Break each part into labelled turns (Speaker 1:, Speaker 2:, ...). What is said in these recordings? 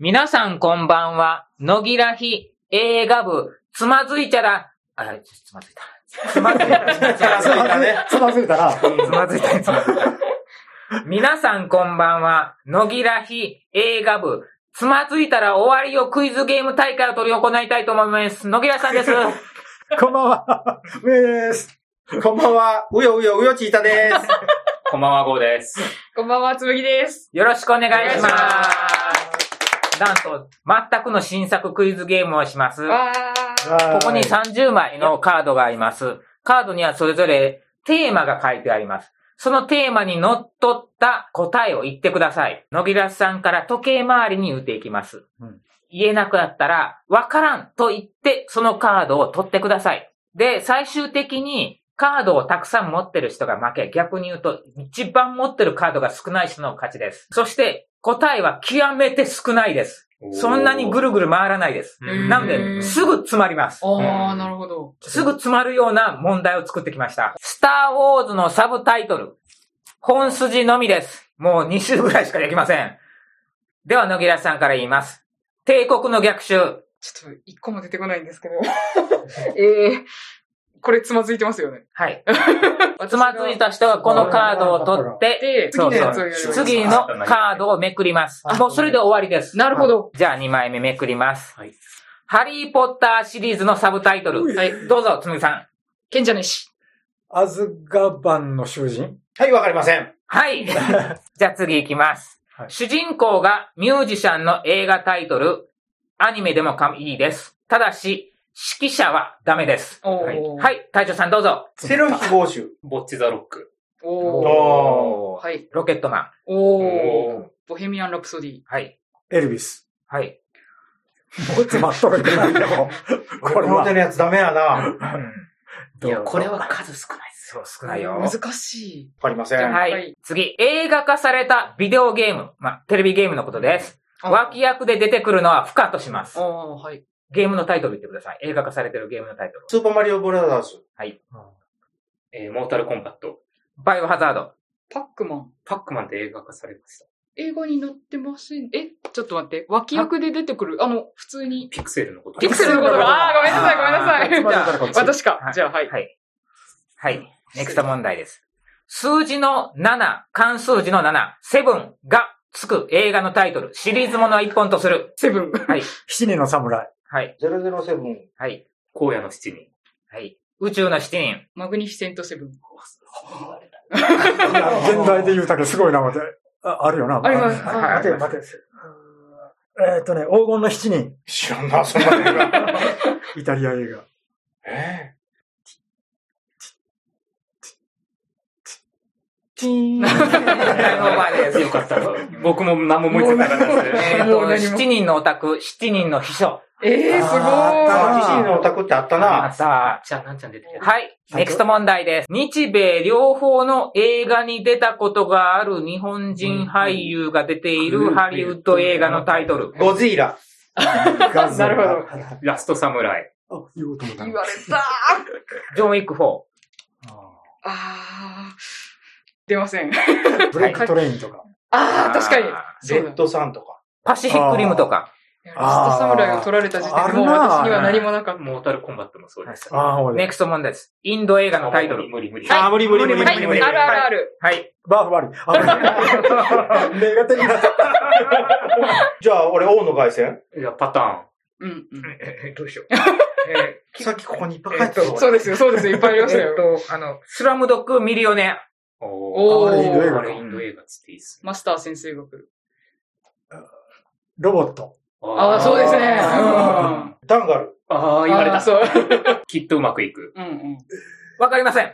Speaker 1: 皆さんこんばんは。野木らひ映画部、つまずいたら、あ、つまずいた。つまずいた。
Speaker 2: つまずいつまずいたら、
Speaker 1: つまずいた、つまずいた。 皆さんこんばんは。野木らひ映画部、つまずいたら終わりをクイズゲーム大会を取り行いたいと思います。野木らさんです。
Speaker 2: こんばんは。めーです。
Speaker 3: こんばんは、うようようよちいたです。
Speaker 4: こんばんは、ゴーです。
Speaker 5: こんばんは、つむぎです。
Speaker 1: よろしくお願いし
Speaker 5: お願いし
Speaker 1: ます。なんと、全くの新作クイズゲームをします。
Speaker 5: わー。
Speaker 1: ここに
Speaker 2: さ
Speaker 1: 30枚のカードがあります。カードにはそれぞれテーマが書いてあります。そのテーマにのっとった答えを言ってください。野木らさんから時計回りに打っていきます。
Speaker 2: うん
Speaker 1: 言えなくなったら、わからんと言って、そのカードを取ってください。で、最終的に、カードをたくさん持ってる人が負け、逆に言うと、一番持ってるカードが少ない人の勝ちです。そして、答えは極めて少ないです。そんなにぐるぐる回らないです。
Speaker 5: うん
Speaker 1: なので、すぐ詰まります。
Speaker 5: あー、なるほど。
Speaker 1: すぐ詰まるような問題を作ってきました。スター・ウォーズのサブタイトル。本筋のみです。もう2週ぐらいしかできません。では、野木らさんから言います。帝国の逆襲。
Speaker 5: ちょっと、一個も出てこないんですけど。えー、これつまずいてますよね。
Speaker 1: はい。つまずいた人はこのカードを取って、
Speaker 5: で次のやつをやる
Speaker 1: そうそう次のカードをめくります。もうそれで終わりです。
Speaker 5: なるほど。
Speaker 1: じゃあ2枚目めくります。
Speaker 4: はい
Speaker 1: ハリー・ポッターシリーズのサブタイトル。
Speaker 5: はい。
Speaker 1: どうぞ、つむぎさん。
Speaker 5: 賢者飯。
Speaker 2: アズガバンの囚人
Speaker 3: はい、わかりません。
Speaker 1: はい。じゃあ次行きます、
Speaker 2: はい
Speaker 1: 主人公がミュージシャンの映画タイトル、アニメでもかいいです。ただし、指揮者はダメです。
Speaker 5: おー。。
Speaker 4: はい
Speaker 1: はいい、隊長さんどうぞ。
Speaker 3: セルフ誹謗集。
Speaker 4: ぼっちザロック。
Speaker 5: おー。
Speaker 3: お
Speaker 5: はい。
Speaker 1: ロケットマン。
Speaker 5: おー。
Speaker 4: おー
Speaker 5: ボヘミアン・ラプソディ。
Speaker 1: はい。
Speaker 2: エルビス。
Speaker 1: はい。
Speaker 2: もう詰まっとるけど、こ
Speaker 3: こ
Speaker 2: れ
Speaker 3: れ持って
Speaker 2: は。
Speaker 3: るやつダメやな。わ
Speaker 1: いや、これ
Speaker 2: は。
Speaker 1: は数少ないです。そう、少ないよ。
Speaker 5: 難し
Speaker 3: かりません。
Speaker 1: はい、
Speaker 5: はい
Speaker 1: 次、映画化されたビデオゲーム。まあ、テレビゲームのことです。
Speaker 5: い。
Speaker 1: 脇役で出てくるのは不可とします
Speaker 5: あー、。はい。
Speaker 1: ゲームのタイトル言ってください。映画化されてるゲームのタイトル。
Speaker 3: スーパーマリオブラザーズ。
Speaker 4: えーモータルコンバット。
Speaker 1: バイオハザード。
Speaker 5: パックマン。
Speaker 4: パックマンって映画化されました。
Speaker 5: 英語に載ってません。え、ちょっと待って。脇役で出てくる。あの、普通に。
Speaker 4: ピクセルのこと。
Speaker 5: ピクセルのことが。あー、ごめんなさい、ごめんなさい。
Speaker 2: つまずいたらこっち
Speaker 5: 私か
Speaker 1: はい。
Speaker 5: じゃあ、はい。
Speaker 1: はい。はい。ネクスト問題です。数字の7、関数字の7、セブンがつく映画のタイトル、シリーズものは1本とする。
Speaker 5: セブン。
Speaker 1: はい。
Speaker 2: 七人の侍。
Speaker 1: はい。
Speaker 3: 007。
Speaker 1: はい。
Speaker 4: 荒野の七人。
Speaker 1: はい。宇宙の七人。
Speaker 5: マグニフィセントセブン。
Speaker 2: 現代で言うたけど、すごいな、待て。ああるよな。
Speaker 5: あります
Speaker 2: はい
Speaker 1: はい
Speaker 2: 待てよ、待てよ。うーんえーっとね、黄金の七人。
Speaker 3: 知らんな、そんなのが。
Speaker 2: イタリア映画。
Speaker 3: え
Speaker 2: チーン。
Speaker 1: オーバーです
Speaker 4: よかった。僕も何も思いつかなかったですね。
Speaker 1: えっ
Speaker 5: もう
Speaker 1: と、
Speaker 5: 何も
Speaker 1: 七人のオタク、七人の秘書。
Speaker 5: ええー、すご
Speaker 2: あ
Speaker 5: ー
Speaker 3: ー
Speaker 2: ー
Speaker 5: い。
Speaker 3: キシーのオタクってあった
Speaker 1: あ
Speaker 3: な。
Speaker 1: さあ。
Speaker 4: じゃあ、なんちゃん出てきた。
Speaker 1: はい。ネクスト問題です。日米両方の映画に出たことがある日本人俳優が出ているハリウッド映画のタイトル。
Speaker 3: ゴジーラ。
Speaker 2: ガズ
Speaker 5: なるほど
Speaker 4: ラストサムライ。
Speaker 2: ど。あ、言おうと思った
Speaker 5: 言。われたー。
Speaker 1: ジョン・ウィック4。
Speaker 5: あー。出ません。
Speaker 2: ブレイクトレインとか。
Speaker 5: あー、確かに。
Speaker 3: レ
Speaker 5: そうだ
Speaker 3: ッ。ドサンとか。
Speaker 1: パシフィックリムとか。
Speaker 5: ラストサムライが取られた時
Speaker 2: あー
Speaker 5: 点でもう私には何もなかっ
Speaker 4: モータルコンバットもそうです。
Speaker 2: ああ、ほう
Speaker 1: ネ
Speaker 2: で
Speaker 1: ク。スト問題です。インド映画のタイトル。
Speaker 4: 無理無理。
Speaker 3: あー、無理無理無
Speaker 5: た。は
Speaker 3: 理無理無
Speaker 5: い、
Speaker 3: 理。
Speaker 5: あるあるある。
Speaker 1: はい。
Speaker 2: バーフバリ。あ、メガテになった。
Speaker 3: じゃあ、俺、王の凱旋
Speaker 4: いや、パタ
Speaker 5: うん、うん。
Speaker 1: え、どうしよう。
Speaker 3: さっきここにいっぱい書いてた
Speaker 1: えっ
Speaker 3: ぞ
Speaker 1: と。
Speaker 5: そうですよ、そうですよ。いっぱいありましたよ。
Speaker 1: と、あの、スラムドッグミリオネ
Speaker 4: ーン。
Speaker 5: お
Speaker 2: あれインド映
Speaker 4: ー。
Speaker 2: 画
Speaker 4: あ
Speaker 2: か
Speaker 4: れインド映画っつっていいっすね。
Speaker 5: マスター先生が来る。
Speaker 2: ロボット。
Speaker 5: あー、そうですね。うん。あ
Speaker 3: ダンガル。
Speaker 4: ああ、言われ
Speaker 5: ー、
Speaker 4: た。
Speaker 5: そう。
Speaker 4: きっとうまくいく。
Speaker 5: うんうん。
Speaker 1: ア。わかりませ ん。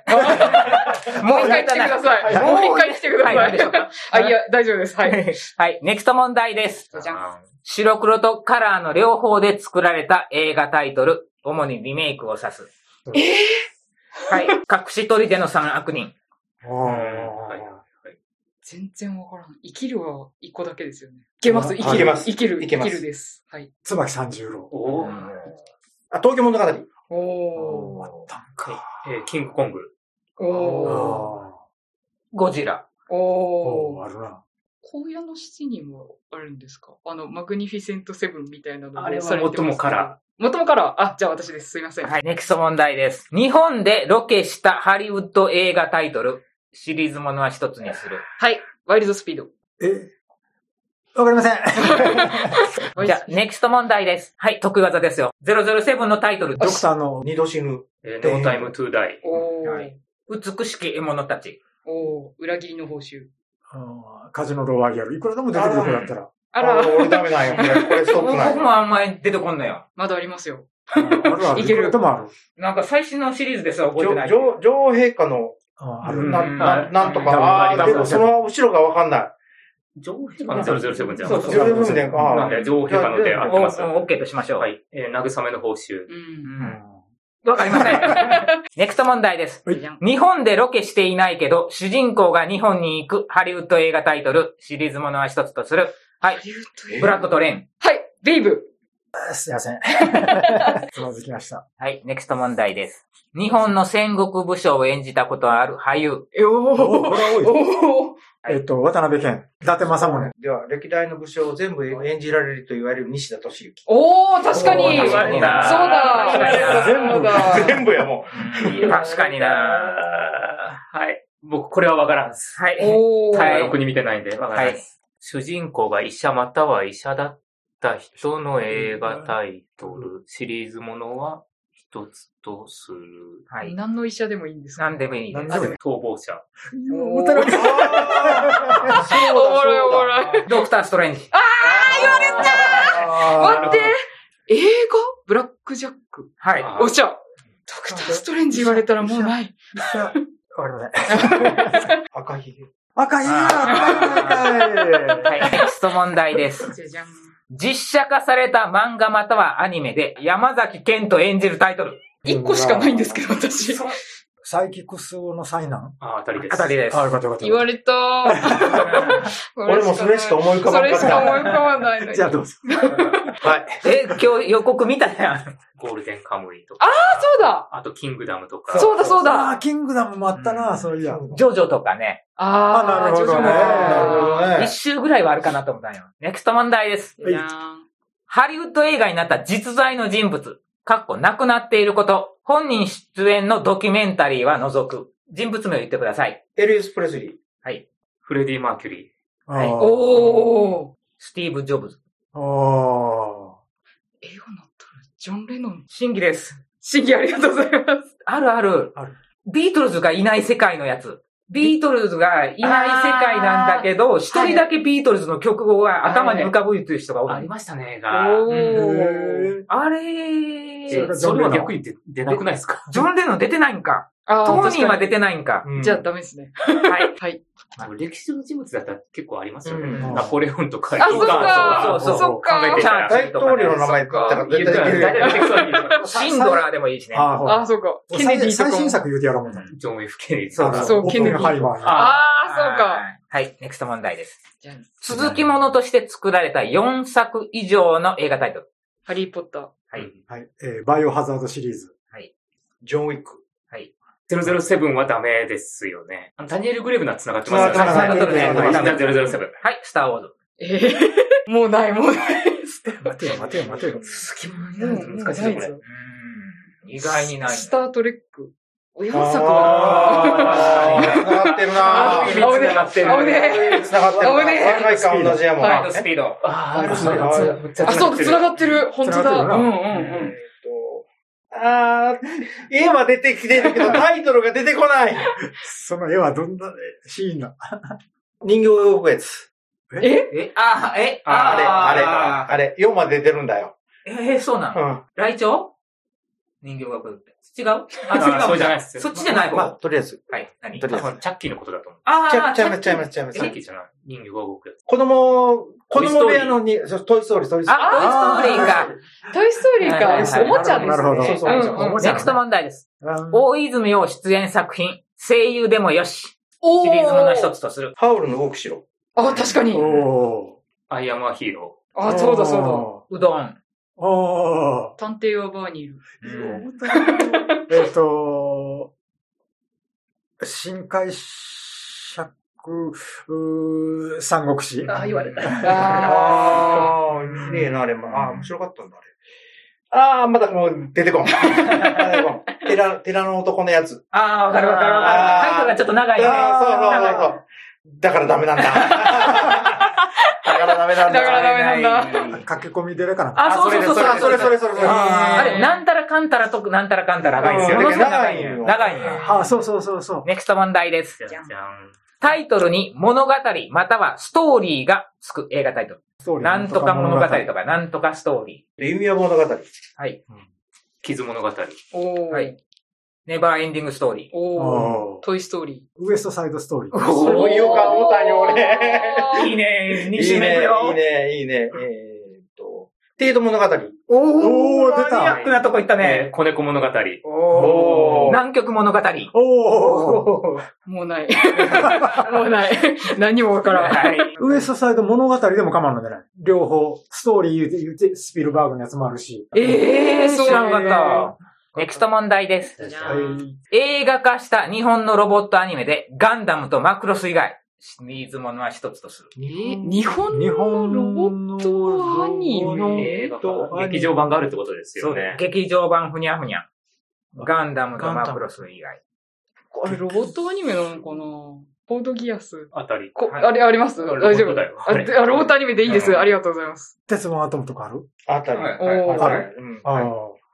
Speaker 1: も
Speaker 5: もう一回来てください。もう一回来てくだ
Speaker 1: はい、何
Speaker 5: さ
Speaker 1: でしょう
Speaker 5: い。
Speaker 1: か。
Speaker 5: あ、いや、大丈夫です。はい。
Speaker 1: はい。ネクスト問題です。
Speaker 5: じゃん。
Speaker 4: あ
Speaker 1: 白黒とカラーの両方で作られた映画タイトル。主にリメイクを指す。はい。隠し砦の三悪人。
Speaker 4: はい
Speaker 5: 全然わからん。生きるは一個だけですよね。いけます、
Speaker 2: あ
Speaker 5: 生
Speaker 3: い
Speaker 5: き
Speaker 3: け
Speaker 5: る。
Speaker 3: ます
Speaker 5: 生きる、
Speaker 3: いけます
Speaker 5: 生きるです。はい。
Speaker 2: 椿三十郎。
Speaker 4: ーお
Speaker 1: う
Speaker 4: ー。
Speaker 1: ん
Speaker 3: あ、東京物語。
Speaker 5: おー。
Speaker 2: あったんか。
Speaker 4: えーキングコング。
Speaker 2: あ
Speaker 5: おー。
Speaker 2: あ
Speaker 1: ゴジラ。
Speaker 2: おー
Speaker 5: おー。
Speaker 2: あるな。
Speaker 5: 荒野の七人もあるんですかあの、マグニフィセントセブンみたいなので
Speaker 4: あれは
Speaker 5: さてますけど
Speaker 4: 元もから。
Speaker 5: 元もから。あ、じゃあ私です。すいません。
Speaker 1: はい、ネクスト問題です。日本でロケしたハリウッド映画タイトル、シリーズものは一つにする。
Speaker 5: はい。ワイルドスピード。
Speaker 2: えわか りません。
Speaker 5: ワイ
Speaker 1: じ
Speaker 5: ル
Speaker 1: ゃ
Speaker 5: ド
Speaker 1: あ
Speaker 5: ス、ピード
Speaker 1: ネクスト問題です。はい、得意技ですよ。007のタイトル、
Speaker 2: ドクターの、
Speaker 3: 二度死ぬ。
Speaker 4: えー、No Time to Die。
Speaker 5: おー、
Speaker 1: はい美しき獲物たち。
Speaker 5: おー、裏切りの報酬。
Speaker 2: うんカジノロワイヤル。いくらでも出てくる子だったら。
Speaker 5: あら、
Speaker 3: の俺ダメなんよ。これ、これストッ
Speaker 1: 僕
Speaker 3: プなんよ。
Speaker 1: もあんまり出てこんのよ。
Speaker 5: まだありますよ。
Speaker 2: うんあるある。
Speaker 5: いける
Speaker 2: いくらでもある。
Speaker 1: なんか最新のシリーズですら覚えてない。
Speaker 3: 女王女王陛下の、
Speaker 2: うんあ
Speaker 4: う
Speaker 2: る
Speaker 4: ん
Speaker 3: な
Speaker 1: う
Speaker 3: な、
Speaker 1: ん
Speaker 3: なんとか、
Speaker 4: うん
Speaker 3: ああ、でも
Speaker 2: うん
Speaker 3: その後ろがわかんない。
Speaker 4: 上陛下の007じゃん。
Speaker 1: そう
Speaker 3: 自
Speaker 1: そう
Speaker 3: 分の分で、あ
Speaker 4: な
Speaker 3: あ
Speaker 4: んで、上陛下ので合って
Speaker 1: お
Speaker 4: ます。は
Speaker 1: お OK としましょう。
Speaker 4: い。えー、慰めの報酬。
Speaker 5: う。
Speaker 1: うんんわかりません。ネクスト問題です。
Speaker 2: はい
Speaker 5: じゃん
Speaker 1: 日本でロケしていないけど、主人公が日本に行くハリウッド映画タイトル、シリーズものは一つとする。はい。
Speaker 5: ハリウッド映
Speaker 1: ブラッドとレーン。
Speaker 5: 画はい、ベイブ。
Speaker 2: すいませ ん。つまずきました。
Speaker 1: はい。ネクスト問題です。日本の戦国武将を演じたことある俳優。
Speaker 5: えお
Speaker 2: おこ
Speaker 5: ー
Speaker 2: れは多いぞ
Speaker 5: おー
Speaker 2: えっと、渡辺謙、伊達政宗。
Speaker 3: では、歴代の武将を全部演じられると言われる西田敏行。
Speaker 5: おー、確かに。
Speaker 1: おー
Speaker 5: そう
Speaker 1: 確かにな
Speaker 5: だ。
Speaker 1: 確かにな
Speaker 5: そうだ。
Speaker 3: 全部やも
Speaker 1: 確かにな
Speaker 4: はい。僕、これはわからんっす。
Speaker 1: はい。
Speaker 5: おー。
Speaker 4: は
Speaker 1: はい
Speaker 4: い。ろくに見てないんで、わから
Speaker 1: は
Speaker 4: ないい。。主人公が医者または医者だった人の映画タイトル、シリーズものは一つとする。
Speaker 1: はい。
Speaker 5: 何の医者でもいいんですか
Speaker 1: 何でもいいです。
Speaker 4: あ、でも逃亡者。
Speaker 5: おー
Speaker 3: う。あー
Speaker 5: おもろいおもろい。
Speaker 1: ドクターストレンジ。
Speaker 2: あ
Speaker 5: 待って映画ブラックジャック。
Speaker 1: はい。
Speaker 4: あ
Speaker 5: おっしゃドクターストレンジ言われたらもうな
Speaker 2: ー
Speaker 5: い。
Speaker 2: わかりません。
Speaker 3: 赤ひげ。
Speaker 2: 赤いな赤い
Speaker 1: はい。ネクスト問題です。
Speaker 5: じゃじゃん。
Speaker 1: 実写化された漫画またはアニメで山崎賢人演じるタイトル。
Speaker 5: 一個しかないんですけど、私。
Speaker 2: サイキクスの災難
Speaker 4: あ、当たりです。
Speaker 1: あたりです。
Speaker 2: あ、よかったよかった。
Speaker 5: 言われた。
Speaker 3: 俺もそれしか思い浮かば
Speaker 5: そ
Speaker 3: な
Speaker 5: れ
Speaker 3: かっ
Speaker 5: しか思い浮
Speaker 3: た。
Speaker 5: かばないのに。
Speaker 2: じゃあ
Speaker 5: そ
Speaker 2: どうぞ。
Speaker 3: はい。
Speaker 1: え、今日予告見たやん。
Speaker 4: ゴールデンカムイとか。あ
Speaker 5: うだ
Speaker 4: あと、キングダムとか。
Speaker 5: そうだそう
Speaker 2: ああ、
Speaker 5: だ
Speaker 2: キングダムもあった
Speaker 4: う
Speaker 2: な、
Speaker 4: ん
Speaker 2: そういや。
Speaker 1: ジョジョとかね。
Speaker 5: あ
Speaker 2: あ
Speaker 5: ー
Speaker 2: なるほどね
Speaker 5: ジョジョも
Speaker 3: なるほどね
Speaker 1: 一周ぐらいはあるかなと思ったんよ。ネクスト問題です。
Speaker 5: じゃじゃーん
Speaker 1: ハリウッド映画になった実在の人物。かっこ亡くなっていること。本人出演のドキュメンタリーは除く。人物名を言ってください。
Speaker 3: エルエス・プレスリー。
Speaker 1: はい。
Speaker 4: フレディ・マーキュリ
Speaker 1: はい
Speaker 2: あー
Speaker 5: おー。
Speaker 1: スティーブ・ジョブズ。
Speaker 2: あ
Speaker 5: 映画になったら、ジョン・レノン。
Speaker 1: 真偽です。
Speaker 5: 審議ありがとうございます。
Speaker 1: あるある。
Speaker 2: ある
Speaker 1: ビートルズがいない世界のやつ。ビートルズがいない世界なんだけど、一人だけビートルズの曲が頭に浮かぶっていう人が
Speaker 4: ー。
Speaker 1: 多
Speaker 4: あり
Speaker 1: い。
Speaker 4: ましたね、映
Speaker 5: お
Speaker 4: 画。
Speaker 5: ー。
Speaker 2: ー。
Speaker 1: あれ
Speaker 4: え
Speaker 2: それ
Speaker 1: ー
Speaker 2: が、
Speaker 4: それは逆に出出なくないですか
Speaker 1: ジョン・レノン出てないんか。
Speaker 5: あ
Speaker 1: トー
Speaker 5: ー
Speaker 1: ニーは
Speaker 5: 確
Speaker 1: 出てないんか。
Speaker 5: かにじゃあダメですね。
Speaker 1: はい。
Speaker 5: はい。
Speaker 4: 歴史の人物だったら結構ありますよね。
Speaker 2: うん
Speaker 4: ナポレオンと か。
Speaker 5: あ、そ
Speaker 1: そう
Speaker 5: っか
Speaker 1: そうそう
Speaker 5: そっか
Speaker 4: 考えて
Speaker 1: チャー
Speaker 3: 大統領の名前言ったら絶対出てくる。
Speaker 1: シンドラーでもいいしね。
Speaker 2: あーほ
Speaker 5: あ、
Speaker 2: ら
Speaker 5: そうか。ケネディ
Speaker 2: 最
Speaker 5: と
Speaker 2: 最
Speaker 5: かも。
Speaker 2: 新作言うてやろうもんな。
Speaker 4: ジョン・ F ・ケネディ
Speaker 2: そ
Speaker 4: と
Speaker 2: う
Speaker 4: か。
Speaker 5: そう
Speaker 2: そう。オ
Speaker 5: ケ
Speaker 2: ー
Speaker 5: ネ
Speaker 2: ペ
Speaker 5: ディ
Speaker 2: ンハイマー
Speaker 4: あ
Speaker 2: に。
Speaker 5: あー、そうか。
Speaker 1: はい。はい、ネクスト問題です。
Speaker 5: じゃあ
Speaker 1: 続き物として作られた4作以上の映画タイトル。
Speaker 5: ハリーポッター。
Speaker 1: はい。
Speaker 2: はい。えーバイオハザードシリーズ。
Speaker 3: ジョン・ウィック。
Speaker 4: 007はダメですよね。あのダニエル・グレーブナー繋がってますよね。
Speaker 3: 繋が
Speaker 1: ってます
Speaker 4: はい
Speaker 1: 繋がって
Speaker 4: オリジナル007。
Speaker 1: はい、スター・ウォーズ。
Speaker 5: えー、 もうない、もうない。スター
Speaker 2: 待てよ、待てよ、待てよ。
Speaker 4: 隙間に
Speaker 5: もうもう
Speaker 4: 難しいねこ
Speaker 5: な
Speaker 4: れ。
Speaker 5: ぞ
Speaker 1: うーん意外にない。
Speaker 5: スタートレック。お、4
Speaker 3: あ
Speaker 5: 作は。
Speaker 3: ー繋がってる
Speaker 5: あー
Speaker 3: なぁ。
Speaker 4: 繋がってる
Speaker 5: あぶね
Speaker 3: 繋がってるな。
Speaker 5: 危ねえ
Speaker 3: 若いから同じやもん。
Speaker 5: は
Speaker 1: ワイドスピード。
Speaker 4: あー
Speaker 3: 繋がってる
Speaker 5: あ、そうだ、繋がってる。本当だ。
Speaker 2: 繋が
Speaker 5: う
Speaker 2: っ
Speaker 5: ん
Speaker 2: てる
Speaker 5: うん
Speaker 2: な
Speaker 5: うん。
Speaker 3: えーっと、あー、絵は出てきてるけど、タイトルが出てこない。
Speaker 2: その絵はどんなシーンな
Speaker 3: 人形を動くやつ。
Speaker 5: え
Speaker 1: え、あー、え、
Speaker 3: あれ、
Speaker 1: ー
Speaker 3: あれ、あれ、4まで出てるんだよ。
Speaker 1: えー、そうな
Speaker 3: う
Speaker 1: の
Speaker 3: ん。
Speaker 1: ライチョウ人形が来るって。違う
Speaker 4: あー
Speaker 1: あ、
Speaker 4: そうじゃない
Speaker 1: い。
Speaker 4: ですよ。
Speaker 1: そっちじゃない方。
Speaker 3: まあ、とりあえず。
Speaker 1: はい、何
Speaker 3: とりあえず
Speaker 4: あチャッキーのことだと思う。
Speaker 1: あ
Speaker 3: ちゃいちゃい
Speaker 1: あ
Speaker 3: ます、ちゃいます、ちゃいま
Speaker 4: チ
Speaker 3: す
Speaker 4: ャ。ッキーじゃない。人形が動くやつ。
Speaker 3: 子供、子
Speaker 4: トイスト
Speaker 3: 供
Speaker 4: ー
Speaker 3: 部
Speaker 4: リー
Speaker 3: 屋のに、そうトイストーリー、トイストーリー。
Speaker 1: あトイストーリーか
Speaker 5: トイストーリー
Speaker 1: はいはい
Speaker 5: か。
Speaker 1: はい
Speaker 5: おもちゃですね。
Speaker 2: なるほどなる
Speaker 3: ほど
Speaker 5: うんうん
Speaker 3: おも
Speaker 1: ネクスト問題です。
Speaker 2: の
Speaker 1: 大泉洋出演作品、声優でもよし。
Speaker 5: お
Speaker 1: シリーズもの一
Speaker 5: ー。
Speaker 1: つとする。
Speaker 3: ハウルの動く城。
Speaker 5: あ、確かに。
Speaker 2: お
Speaker 4: アイアム・ア・ヒーロ
Speaker 2: ー
Speaker 5: あ、そうだそうだ。
Speaker 1: うどん。
Speaker 2: だ。お
Speaker 5: 探偵はバーにいる。
Speaker 1: うん
Speaker 2: ー。えっと、深海釈うー三国志。
Speaker 5: ああ、言われた。ああ。
Speaker 3: ああ、ねえな、あれも。ああ、面白かったんだ、あれ。ああ、まだもう出てこん。出てこん寺、寺の男のやつ。
Speaker 1: ああ、わかるわかるわか
Speaker 3: あ
Speaker 1: る。
Speaker 3: ー
Speaker 1: タイトルがちょっと長いね。
Speaker 3: ああ、そうそうそうそう。だからダメなんだ。だからダメなんだ。
Speaker 5: だからダメ
Speaker 3: なんだ。
Speaker 2: 駆け込み寺かなんか。
Speaker 1: あ、そうそうそうそう。
Speaker 3: あそれそれそれそれ。
Speaker 1: あ
Speaker 3: あ
Speaker 1: れ、なんたらかんたらと、なんたらかんたら長いんですよ。
Speaker 3: うん
Speaker 1: ものすごい長いんよ。長
Speaker 3: 長
Speaker 1: いんよ。
Speaker 2: あ、そうそうそうそう。
Speaker 1: ネクスト問題です
Speaker 4: じ。ゃんじゃん。
Speaker 1: タイトルに物語またはストーリーがつく映画タイトル。
Speaker 2: ストーリー
Speaker 1: なんとか物語とか、なんとかストーリ
Speaker 3: レミア物語。
Speaker 1: ー。はい。
Speaker 4: 傷物語。
Speaker 5: お
Speaker 1: は
Speaker 5: ー
Speaker 1: い。ネバーエンディングストーリー。
Speaker 5: おー。
Speaker 2: おー
Speaker 5: トイストーリ
Speaker 2: ウエストサイドストーリー。
Speaker 5: ー。
Speaker 3: それも言おうか思ったんよ俺
Speaker 5: おー
Speaker 1: いいね
Speaker 3: い
Speaker 1: 二
Speaker 3: い
Speaker 1: 週目
Speaker 3: ね、
Speaker 1: いく
Speaker 3: いい
Speaker 1: よ。
Speaker 3: ね、いいね。えーっと、程度物語。
Speaker 2: おー、出
Speaker 1: マニア
Speaker 2: た
Speaker 1: ッ。クなとこ行ったね。
Speaker 4: 子猫物語。
Speaker 3: おー。
Speaker 1: 南極物語。
Speaker 2: おー。
Speaker 5: もうない。 もうない。何もわからん。
Speaker 1: はい。
Speaker 2: ウエストサイド物語でも構わないんじゃない両方。ストーリー言うて、言うて、スピルバーグのやつもあるし。
Speaker 1: ええー、知らん
Speaker 5: そ
Speaker 1: か
Speaker 5: う
Speaker 1: った。ネクスト問題です。
Speaker 4: じ
Speaker 5: ゃ
Speaker 4: ゃ
Speaker 5: あ
Speaker 4: ん。
Speaker 2: はい。
Speaker 1: 映画化した日本のロボットアニメで、ガンダムとマクロス以外、シリーズものは一つとする。
Speaker 5: えー日本
Speaker 2: 日
Speaker 5: の
Speaker 2: 本
Speaker 5: ロボッ
Speaker 2: の
Speaker 5: トアニメ
Speaker 4: 映画化劇場版があるってことですよね。
Speaker 1: 劇場版ふにゃふにゃ。ガンダムとマクロス以外。
Speaker 5: トあれ、ロボットアニメなのかなボードギアス。
Speaker 4: あたり。
Speaker 5: こ、
Speaker 1: はい
Speaker 5: あれ、あります
Speaker 4: ロボット
Speaker 5: 大丈夫
Speaker 4: だよ
Speaker 5: あであロボットアニメでいいで
Speaker 4: う
Speaker 5: す。
Speaker 4: ん
Speaker 5: ありがとうございます。
Speaker 2: 鉄腕アトムとかある
Speaker 3: あたり。
Speaker 5: おー
Speaker 3: あたりうん
Speaker 2: ああ。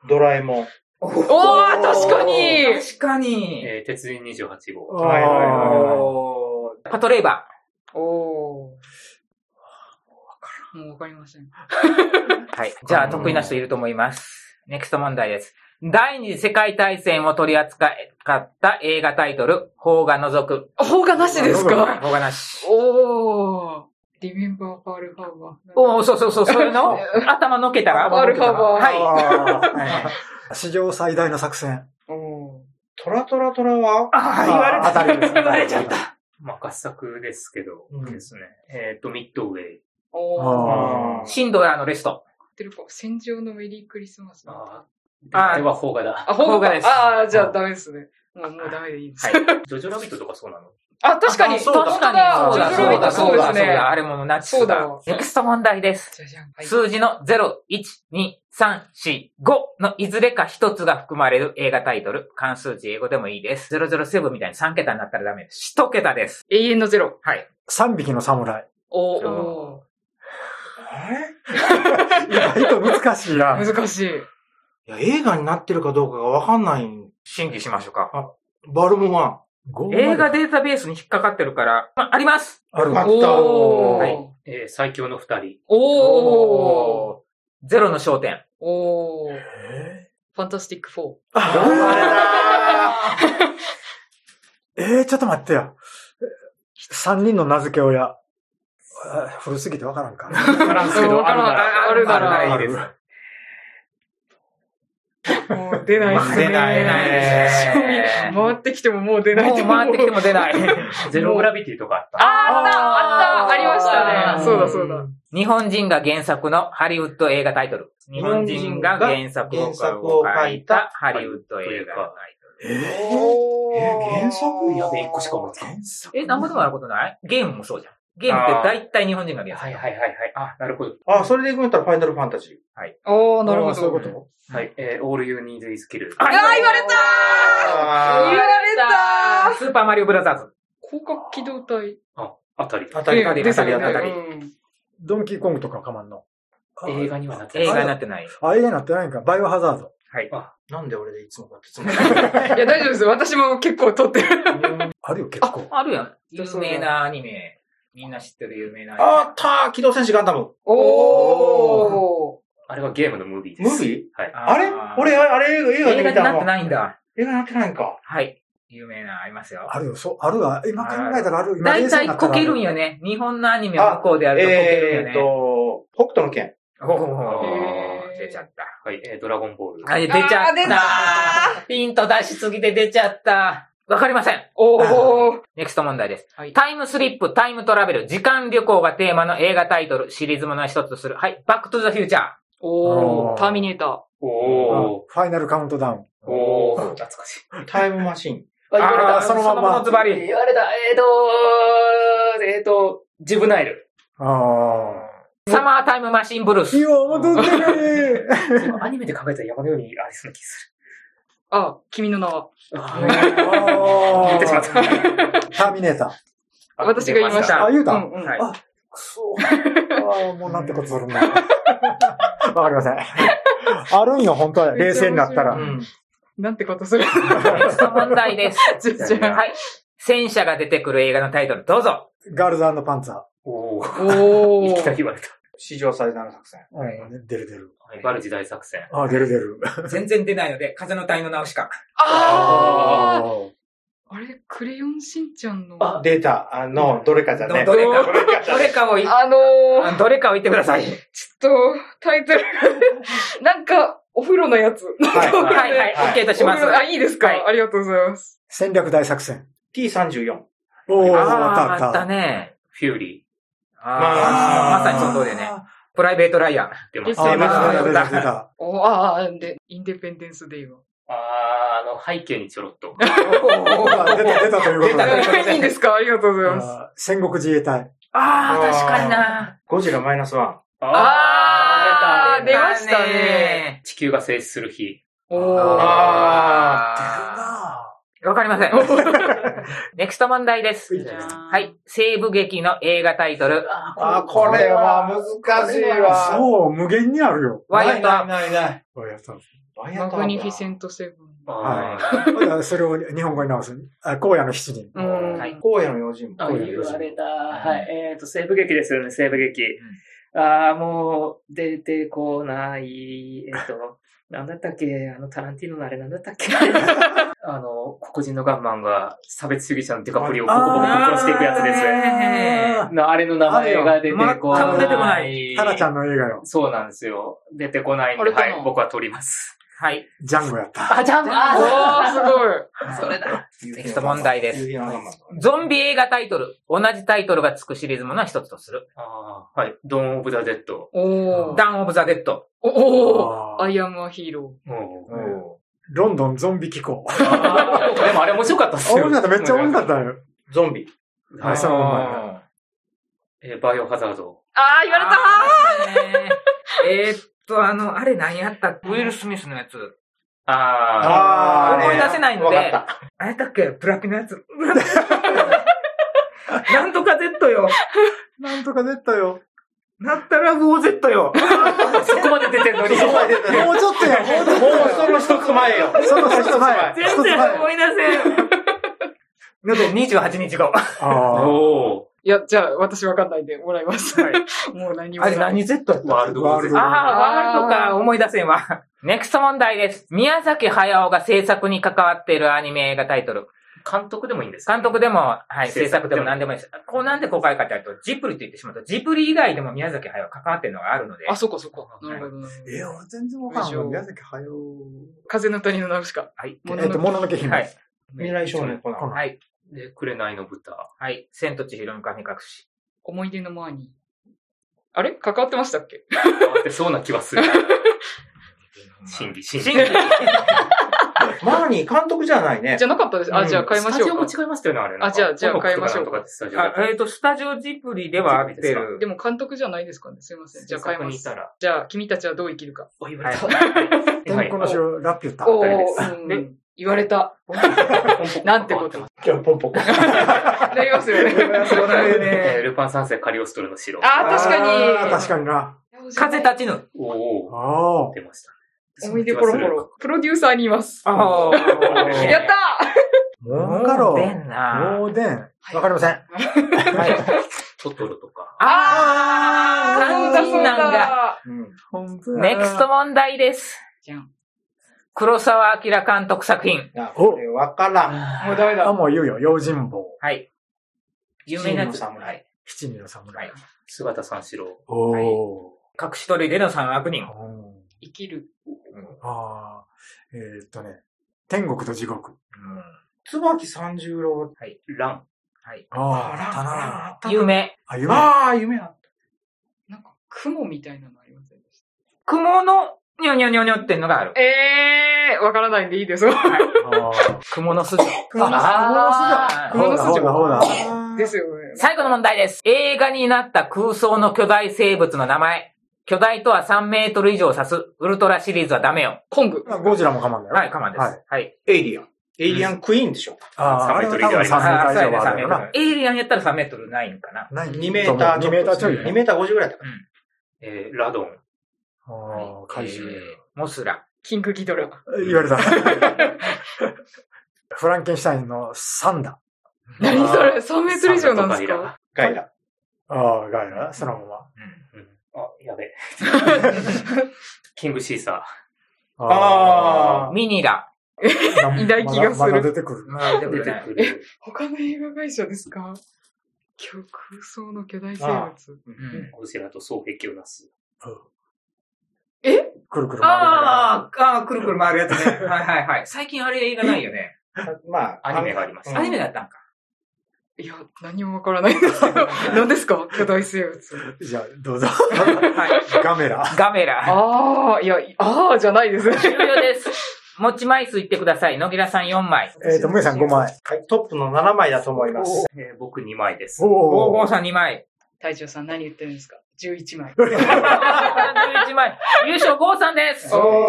Speaker 3: ドラえもん。
Speaker 5: おー、確かに
Speaker 1: 確かに。
Speaker 4: えー、鉄人28号。
Speaker 3: はいはいはいはい
Speaker 1: おーパトレイバ
Speaker 5: おー。もうわかりません。
Speaker 1: ー。はい。じゃあ、得意な人いると思います。ネクスト問題です。第二次世界大戦を取り扱った映画タイトル、邦画除く。
Speaker 5: 方がなしですか
Speaker 1: 邦画なし。
Speaker 5: おー。リメンバーパールハーバー。
Speaker 1: おおそうそうそう、それの 頭のけたら
Speaker 5: 頭のけたら
Speaker 1: はい。
Speaker 2: はい。史上最大の作戦。
Speaker 5: お
Speaker 3: トラトラトラは
Speaker 1: ああ、言われ
Speaker 2: あ当たりです
Speaker 1: 言われちゃった。
Speaker 4: まあ、合作ですけど、
Speaker 3: うん
Speaker 4: ですね。えっと、ミッドウェイ。
Speaker 5: ー。おー。
Speaker 2: あー
Speaker 1: シンドラーのレスト。
Speaker 5: 知ってるか戦場のメリークリスマス。
Speaker 4: あ
Speaker 1: あー
Speaker 4: あ、では邦画だ。
Speaker 5: あ、ほ
Speaker 1: 邦
Speaker 5: ん
Speaker 1: 画
Speaker 5: か
Speaker 1: です
Speaker 5: ああ、じゃあダメですね。もう、もうダメでいいです。
Speaker 1: はい。
Speaker 4: ジョジョラビットとかそうなの
Speaker 5: あ、確かに
Speaker 3: あそうだ
Speaker 5: 本当だ
Speaker 1: そうだ、
Speaker 5: ジョジョ
Speaker 1: そ
Speaker 5: ラビッ
Speaker 1: う
Speaker 5: ト
Speaker 1: だ、
Speaker 5: そ
Speaker 1: そうう
Speaker 5: で
Speaker 1: だ、
Speaker 5: す
Speaker 1: そう
Speaker 5: ね。
Speaker 1: だ、あれものナチスだ
Speaker 5: そう。だ
Speaker 1: ネクスト問題です。
Speaker 5: じゃじゃん。はい。
Speaker 1: 数字の0、1、2、3、4、5のいずれか一つが含まれる映画タイトル。関数字英語でもいいです。007みたいに3桁になったらダメです。1桁です。
Speaker 5: 永遠のゼロ。
Speaker 1: はい。
Speaker 2: 三匹の侍。
Speaker 5: おー
Speaker 4: うん
Speaker 5: お
Speaker 3: あれ
Speaker 2: 意外と難しいな。
Speaker 5: ー。難しい。
Speaker 3: いや、映画になってるかどうかがわかんない。
Speaker 1: 審議しましょうか。
Speaker 3: バルモは。
Speaker 1: 映画データベースに引っかかってるから、まあ、あります。
Speaker 2: ある
Speaker 3: あった
Speaker 5: お
Speaker 1: は
Speaker 5: ー
Speaker 1: い。
Speaker 4: えー、最強の二人。
Speaker 5: おー。
Speaker 1: ー。ゼロの焦点。
Speaker 5: おー。ファンタスティック4。
Speaker 3: あれだ
Speaker 2: えー、ちょっと待ってよ。三人の名付け親。あ古すぎてわからんか。
Speaker 4: わからんすけ
Speaker 5: わ
Speaker 4: ど、
Speaker 5: か
Speaker 4: ある
Speaker 5: らん
Speaker 4: なら。
Speaker 5: あるなら
Speaker 4: あるならいいです。
Speaker 5: もう出ないですね。
Speaker 1: 出ない 出ないね
Speaker 5: 回ってきてももう出ない
Speaker 1: も
Speaker 5: と
Speaker 1: う
Speaker 5: 思う。
Speaker 1: 回ってきても出ない。
Speaker 4: ゼログラビティとかあった。
Speaker 5: あった、あった、ありました
Speaker 1: あー
Speaker 5: ね。そうだ、そうだ。
Speaker 1: 日本人が原作のハリウッド映画タイトル。日本人が原作を書いたハリウッド映画タイトル。
Speaker 3: えー原作
Speaker 4: やべえ、一個しか思いつかん。
Speaker 1: え、なんぼでもあることないゲームもそうじゃん。ゲームって大体日本人が原作。
Speaker 4: はいはいはいはい。あ、なるほど。
Speaker 3: あ、それで行くんだったらファイナルファンタジー。
Speaker 5: おー、なるほ
Speaker 2: あーそういう
Speaker 5: ど。
Speaker 2: こと
Speaker 4: はい。えー、All You Need Is Kill。
Speaker 5: あー、言われたー
Speaker 3: あ
Speaker 5: 言われたー
Speaker 1: スーパーマリオブラザーズ。
Speaker 5: 広角機動隊。
Speaker 4: あ、あたり。
Speaker 3: 当たり当たり
Speaker 5: で
Speaker 3: 当
Speaker 5: す
Speaker 3: た
Speaker 5: よね
Speaker 3: り当たり。
Speaker 5: うん
Speaker 2: ドンキーコングとかかまんの。あ
Speaker 4: 映画にはなって
Speaker 1: 映
Speaker 4: ない
Speaker 1: 画になってない。
Speaker 2: あ、映画になってないんか。バイオハザード。
Speaker 1: はい。
Speaker 3: なんで俺でいつもこうやってつまんない
Speaker 5: いや、大丈夫です。私も結構撮ってる。
Speaker 2: あるよ、結構。
Speaker 1: あるやん。有名なアニメ。みんな知ってる有名なアニ
Speaker 3: あったー機動戦士ガンダム。
Speaker 5: おー。
Speaker 4: あれはゲームのムービーです。
Speaker 3: ムービ
Speaker 4: はい
Speaker 1: メ。。
Speaker 3: あれ俺、
Speaker 1: は
Speaker 3: あれ、映画で
Speaker 1: 映画
Speaker 3: 見
Speaker 1: に
Speaker 3: たの
Speaker 1: なってないんだ。
Speaker 3: 映画になってないんか。
Speaker 1: はい。有名なありますよ。
Speaker 2: あるよ、そう、あるわ。今考えたらある。今
Speaker 1: 大
Speaker 2: 冷静
Speaker 1: 体
Speaker 2: になった
Speaker 1: こ
Speaker 2: らあ
Speaker 1: けるんよね。日本のアニメは向こうでやるとこけるんよ
Speaker 3: えー
Speaker 1: ね
Speaker 3: っ。と、北斗の剣。
Speaker 1: ほうほう
Speaker 4: ほ
Speaker 5: う
Speaker 1: 出ちゃった。
Speaker 4: はい。えー、ドラゴンボール。
Speaker 1: あ、出ちゃった
Speaker 5: あー出た
Speaker 1: ピンと出しすぎて出ちゃった。わかりません。
Speaker 5: おー。
Speaker 1: ネクスト問題です。
Speaker 5: はい
Speaker 1: タイムスリップ、タイムトラベル、時間旅行がテーマの映画タイトル、シリーズものの一つとする。はい、バックトゥザフューチャー。
Speaker 2: あ
Speaker 5: お
Speaker 2: ー
Speaker 5: ー。ターミネーター。
Speaker 4: お
Speaker 2: ファイナルカウントダウン。
Speaker 4: ー。おー。懐かしい。
Speaker 3: タイムマシン。
Speaker 5: あ、言われ
Speaker 1: あ
Speaker 5: た。
Speaker 1: ーそのまんま。そのズバリ。
Speaker 5: 言われた。えーと
Speaker 4: えっ、と、ジブナイル。
Speaker 2: あ
Speaker 1: サマータイムマシンブルー
Speaker 2: あ。
Speaker 1: ス。
Speaker 2: 今戻ってくれ
Speaker 4: アニメで考えたら山のようにありそうな気がす
Speaker 5: あ、君の名は。
Speaker 4: る。
Speaker 2: あ
Speaker 4: 言ってしまっ
Speaker 2: ー
Speaker 4: た。
Speaker 2: タ ーミネータ
Speaker 5: 私が言いまし
Speaker 2: ー。
Speaker 5: た
Speaker 2: あ、言う
Speaker 5: う
Speaker 2: た、
Speaker 5: んうん。
Speaker 4: はい
Speaker 2: あ、くそ。あーもうなんてことするん だ。わかりません。あるんよ、本当は。冷静になった
Speaker 4: う
Speaker 2: ら。
Speaker 4: ん。
Speaker 5: なんてことする
Speaker 1: の問題です。
Speaker 5: 全然
Speaker 1: はい。戦車が出てくる映画のタイトル、どうぞ。
Speaker 2: ガールズパンツァー。
Speaker 4: おー。
Speaker 5: お
Speaker 4: いきな
Speaker 5: ー。
Speaker 4: り言われた。
Speaker 3: 史上最大の作戦。
Speaker 2: うん、出る出る。
Speaker 4: バルジ大作戦。
Speaker 2: あ、出る出る。
Speaker 1: 全然出ないので、風の谷の直しか。
Speaker 5: あー。あれ、クレヨンしんちゃんの。あ
Speaker 3: データあの、どれかじゃね。
Speaker 1: どどれか
Speaker 3: どれ かじゃ
Speaker 1: どれ
Speaker 3: ね。
Speaker 1: かをい、
Speaker 5: のー、
Speaker 1: どれかを言ってください。
Speaker 5: ちょっと、タイトル、なんか、お風呂のやつ。
Speaker 3: はい
Speaker 5: お風呂
Speaker 1: はいはい、
Speaker 3: はい
Speaker 1: OK とします。
Speaker 5: あ、いいですか、
Speaker 1: はい
Speaker 5: ありがとうございます。
Speaker 2: 戦略大作戦。
Speaker 3: T34。
Speaker 2: お
Speaker 1: あ
Speaker 2: ー、
Speaker 1: ー
Speaker 2: あったあ
Speaker 1: あ
Speaker 2: っ
Speaker 1: ったた。ね。
Speaker 4: フューリ
Speaker 1: あーま
Speaker 3: あー
Speaker 1: さにその通りでね。プライベートライアン。
Speaker 4: ー出まし
Speaker 2: あ
Speaker 4: た。
Speaker 2: ー、
Speaker 5: 出
Speaker 2: 出
Speaker 5: ました
Speaker 2: た出た
Speaker 1: 出
Speaker 2: 出た。
Speaker 5: おああ、で、インデペンデンスデイは。
Speaker 4: あー、あの、背景にちょろっと。
Speaker 2: おー出た出たということ
Speaker 1: 出
Speaker 2: で
Speaker 1: た。
Speaker 5: いいんですかありがとうございます。
Speaker 2: あー戦国自衛隊。
Speaker 1: あ
Speaker 3: あー
Speaker 1: あ、確かにな。
Speaker 3: ゴジラマイナスワ
Speaker 5: あー出ましたね。
Speaker 4: 地球が静止する日。
Speaker 5: お
Speaker 3: ン。
Speaker 5: お。
Speaker 3: あ
Speaker 1: あ
Speaker 2: あ
Speaker 1: ーわかりません。ネクスト問題です。
Speaker 2: 出るな
Speaker 1: はい。西部劇の映画タイトル、
Speaker 3: ーあー、これは難しい
Speaker 2: あ。
Speaker 3: わ。
Speaker 2: そう、無限にあるよ。
Speaker 1: ワイルドアップ。
Speaker 3: ないない。
Speaker 2: こうやったんです
Speaker 3: ワイ
Speaker 5: マグニフィセントセブン。
Speaker 2: は
Speaker 4: あー
Speaker 2: だからそれを日本語に直す。あ、荒野の七人。
Speaker 5: うん。
Speaker 1: はい
Speaker 3: 荒野の用心棒。
Speaker 4: あ
Speaker 2: こういう
Speaker 4: 言われた。はい。えっ、と、西部劇ですよね、西部劇。ああ、もう、出てこない。えっ、と、なんだったっけあの、タランティーノのあれなんだったっけ あの、黒人のガンマンが差別主義者のデカプリをボコボコボコ殺していくやつです。
Speaker 1: あ
Speaker 2: あ
Speaker 1: ー
Speaker 2: ー
Speaker 4: のあれの名前が出てこ
Speaker 1: あれよ全く出てこ
Speaker 4: な。
Speaker 1: ない
Speaker 2: タラちゃんの映画よ。
Speaker 4: そうなんですよ。出てこないん
Speaker 5: あ
Speaker 4: で、
Speaker 5: れか
Speaker 4: は
Speaker 5: な
Speaker 4: はい、僕は撮ります。
Speaker 1: はい。
Speaker 2: ジャンゴやった。
Speaker 4: あ、ジャンプ
Speaker 5: お
Speaker 4: あ
Speaker 5: ー、すごい。
Speaker 4: それだ。
Speaker 1: ネクスト問題です
Speaker 3: 夕日の仲間
Speaker 1: ゾンビ映画タイトル、同じタイトルがつくシリーズものは一つとする。
Speaker 4: あーはい。ドーン・オブ・ザ・デッド。
Speaker 5: おー。
Speaker 1: ダウンオブザ・デッド。
Speaker 5: おー。
Speaker 2: あ
Speaker 5: ア
Speaker 2: ー
Speaker 5: イアムアヒーロ
Speaker 4: うん
Speaker 3: お
Speaker 2: ロンドンゾンビ機 構。
Speaker 4: あ ーでもあれ面白かったっ
Speaker 2: あ
Speaker 4: す
Speaker 2: 面
Speaker 4: よ。
Speaker 2: 白かった、めっちゃ面白かったよ。
Speaker 3: ーゾンビ。
Speaker 4: た
Speaker 2: あ、そう、お前ら。
Speaker 4: えーバイオハザード。
Speaker 5: ー。あー、言われた
Speaker 1: たえーっと、あの、あれ何やったっけウィル・スミスのやつ。
Speaker 4: あ
Speaker 3: あー
Speaker 1: 思い出せないので
Speaker 3: わかっ
Speaker 1: あれだっけブラピのやつ。 なんとか Z よ。
Speaker 2: なんとか出たよ。
Speaker 1: なんたら 4Z よ。
Speaker 4: ーそこまで出てんの
Speaker 2: も
Speaker 4: に。
Speaker 2: うちょっとや、もうちょっと
Speaker 3: もうその一つ前よ。
Speaker 2: その一つ前。一
Speaker 1: 全
Speaker 2: つ
Speaker 1: 然思
Speaker 2: 前。
Speaker 1: い出せん。ので、28日後。
Speaker 2: あ
Speaker 4: お
Speaker 5: いや、じゃあ、私わかんないんで、もらいます。
Speaker 1: はい
Speaker 5: もう何も
Speaker 1: あ
Speaker 5: ない。
Speaker 1: れ何 Z やっ
Speaker 4: ー
Speaker 1: た
Speaker 4: ワールド・オブ・ゼ
Speaker 2: ワールド
Speaker 1: あ
Speaker 4: あ
Speaker 1: あ、ワールドか思い出せんわ。ネクスト問題です。宮崎駿が制作に関わっているアニメ映画タイトル。
Speaker 4: 監督でもいいんですか
Speaker 1: 監督でも、はい、
Speaker 4: 制
Speaker 1: 制
Speaker 4: 作
Speaker 1: 作
Speaker 4: で
Speaker 1: で
Speaker 4: も
Speaker 1: も何でもいいです。こうなんで公開かというと、ジプリと言ってしまうと、ジプリ以外でも宮崎駿は関わってるのがあるので。
Speaker 5: あ、そっかそっか。なるほどなるほ
Speaker 2: ー
Speaker 5: ど。
Speaker 2: いや、全然わかんない。宮崎駿。
Speaker 5: 風の谷のナウシカ。
Speaker 1: はい。
Speaker 5: も
Speaker 2: えっと、もののけ
Speaker 1: は
Speaker 2: 姫。
Speaker 1: い。
Speaker 3: 未来少年コナン。
Speaker 1: はい。
Speaker 4: で、紅の豚。
Speaker 1: はい。千と千尋の神隠し。
Speaker 5: 思い出のマーニー。あれ関わってましたっけ
Speaker 4: 変わってそうな気は する。心理、心
Speaker 1: 新
Speaker 4: 理。
Speaker 1: 規
Speaker 3: マーニー監督じゃないね
Speaker 5: じ。ゃなかったです。あ、じゃあ変えましょうか。
Speaker 4: スタジオも違いましたよね、あれ。
Speaker 5: あじゃあじゃあ変えましょう
Speaker 4: か。
Speaker 5: か
Speaker 4: とかってスタジオ
Speaker 1: あ
Speaker 4: だ
Speaker 1: えっ、と、スタジオジプリでは合ってる。
Speaker 5: でも監督じゃないですかね。すいません。じゃあ変えま
Speaker 4: にい
Speaker 5: す
Speaker 4: た。ら。
Speaker 5: じゃあ、君たちはどう生きるか。
Speaker 4: お、言
Speaker 1: はい
Speaker 2: 天空の城、ラピュタ。
Speaker 5: お
Speaker 4: 誰で
Speaker 5: ー、うん、言われた。なんてこと。
Speaker 3: 今日ポンポコ。
Speaker 5: なりますよね。
Speaker 1: そうだよ
Speaker 4: えー
Speaker 1: ね。
Speaker 4: ルパン三世カリオストロの城。
Speaker 5: あー、確
Speaker 2: あー確
Speaker 5: か
Speaker 2: かにな。
Speaker 5: に。
Speaker 1: 風立ちぬ。
Speaker 4: お
Speaker 2: あ
Speaker 4: お
Speaker 2: あ。
Speaker 4: 出ました。
Speaker 5: 思い出コロコロ。プロデューサーにいます。
Speaker 1: あ
Speaker 4: ー
Speaker 5: やった
Speaker 2: モンガロ
Speaker 1: で
Speaker 2: ー。
Speaker 1: んな。
Speaker 2: モーデン。わかりません。
Speaker 4: トトロとか。
Speaker 1: あ
Speaker 5: ー
Speaker 1: ー、肝心なんだ。
Speaker 3: うん
Speaker 2: 本当
Speaker 1: ネクスト。問題です。
Speaker 5: じゃん。
Speaker 1: 黒沢明監督作品。
Speaker 3: あこれわからん。
Speaker 5: もうダメ
Speaker 2: あ、
Speaker 5: だ。
Speaker 2: もう言うよ。用心棒。
Speaker 1: はい。有名なや
Speaker 3: 七
Speaker 1: つ。
Speaker 3: 人の侍
Speaker 2: 七人の侍。
Speaker 1: はい
Speaker 4: 姿三四郎。
Speaker 2: お
Speaker 1: 隠し撮りでの三悪人。
Speaker 2: ー。
Speaker 5: 生きる。
Speaker 2: ああ。えーっとね。天国と地獄。
Speaker 3: 椿三十郎。
Speaker 4: ラン。
Speaker 1: はい。
Speaker 2: ああ、あったな。
Speaker 3: あった
Speaker 1: 有名。
Speaker 2: あ、夢。
Speaker 3: ああ、夢あった。
Speaker 5: なんか、雲みたいなのありませんでし
Speaker 1: 雲の、にょにょにょにょってのがある
Speaker 5: た。。えー、わからないんでいいです。
Speaker 2: あー
Speaker 1: 雲の筋。
Speaker 2: あ、
Speaker 5: 雲の
Speaker 2: あ
Speaker 5: 筋
Speaker 1: あ
Speaker 5: だ
Speaker 1: ー
Speaker 2: ほうだほうだほうだ。
Speaker 5: ですよね。
Speaker 1: 最後の問題です。映画になった空想の巨大生物の名前。巨大とは3メートル以上を指す。ウルトラシリーズはダメよ。
Speaker 5: コング。
Speaker 2: まあゴジラも我慢だよ。
Speaker 1: はい、カマンです。
Speaker 2: はい
Speaker 1: はい。
Speaker 3: エイリアン。エイリアンクイーンでしょ。
Speaker 2: ああ、あれは多分3メー
Speaker 1: あ
Speaker 2: ター以
Speaker 1: そうや
Speaker 2: 上
Speaker 1: ね、
Speaker 2: はあ
Speaker 1: 3
Speaker 2: る
Speaker 1: メー
Speaker 2: よな
Speaker 1: ト。ル。エイリアンやったら3メートルないんかな。
Speaker 2: ない
Speaker 3: 2メーター。
Speaker 2: 2メーターちょいよ
Speaker 3: 2
Speaker 2: ね。
Speaker 3: メーター50ぐらいだったか
Speaker 1: えー、ラドン。
Speaker 2: ああ、怪獣
Speaker 1: え。ーモスラ。
Speaker 5: キングギドラ。
Speaker 2: 言われた。 フランケンシュタインの3だ。
Speaker 5: 何それ ?3 メートル以上なんで
Speaker 1: サ
Speaker 5: す
Speaker 1: ンダとガイラ
Speaker 5: か
Speaker 3: ガイラ。
Speaker 2: ああ、ガイラ、そのま
Speaker 1: うんうん
Speaker 4: あ、やべえ。 キングシーサ
Speaker 2: ま。
Speaker 3: あ
Speaker 1: ミニラ。
Speaker 2: あ
Speaker 5: 偉大気がする
Speaker 2: まだまだ出てくる。
Speaker 1: まあ、出
Speaker 4: ー。
Speaker 1: てく
Speaker 4: 出て
Speaker 1: る。
Speaker 4: くる。
Speaker 5: 他の映画会社ですか今日空想の巨大生
Speaker 3: あ
Speaker 5: 物。
Speaker 1: うん
Speaker 4: ゴジラと双璧をなす。
Speaker 5: え
Speaker 2: くるくる回りなが
Speaker 1: あーあー、くるくる回るやつね。はいはいはい。最近あれ映画ないよね。
Speaker 3: まあ、
Speaker 4: アニメがありました
Speaker 1: アニメだったんか。
Speaker 5: いや、何もわからない んですけど。何ですか巨大生物。
Speaker 2: ら。じゃあ、どうぞ。
Speaker 1: はい。
Speaker 2: ガメラ。
Speaker 1: ガメラ。
Speaker 5: ああ、いや、ああじゃないですね。
Speaker 1: 終了です。持ち枚数いってください。野木田さん4枚。
Speaker 2: えっ、と、梅さん5枚。
Speaker 3: はいトップの7枚だと思います。
Speaker 4: えー僕2枚です。
Speaker 1: 大
Speaker 2: お
Speaker 1: 郷
Speaker 2: お。
Speaker 1: さん2枚。
Speaker 5: 隊長さん何言ってるんですか ?11 枚。
Speaker 1: 11枚。優勝郷さんです。
Speaker 3: お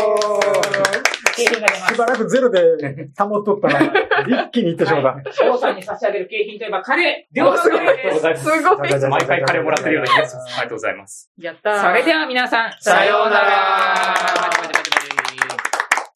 Speaker 1: 景品が出ま
Speaker 2: しばらくゼロで保っとったら、一気にいってしまった。
Speaker 1: す。郷さんに差し上げる景品といえばカレー。両方カレーです。
Speaker 4: ざいます
Speaker 5: ご い。
Speaker 4: 毎回カレーもらってるような気がします。ありがとうございます。
Speaker 5: やったー。
Speaker 1: それでは皆さん、
Speaker 3: さようなら
Speaker 1: 待て待て待て待て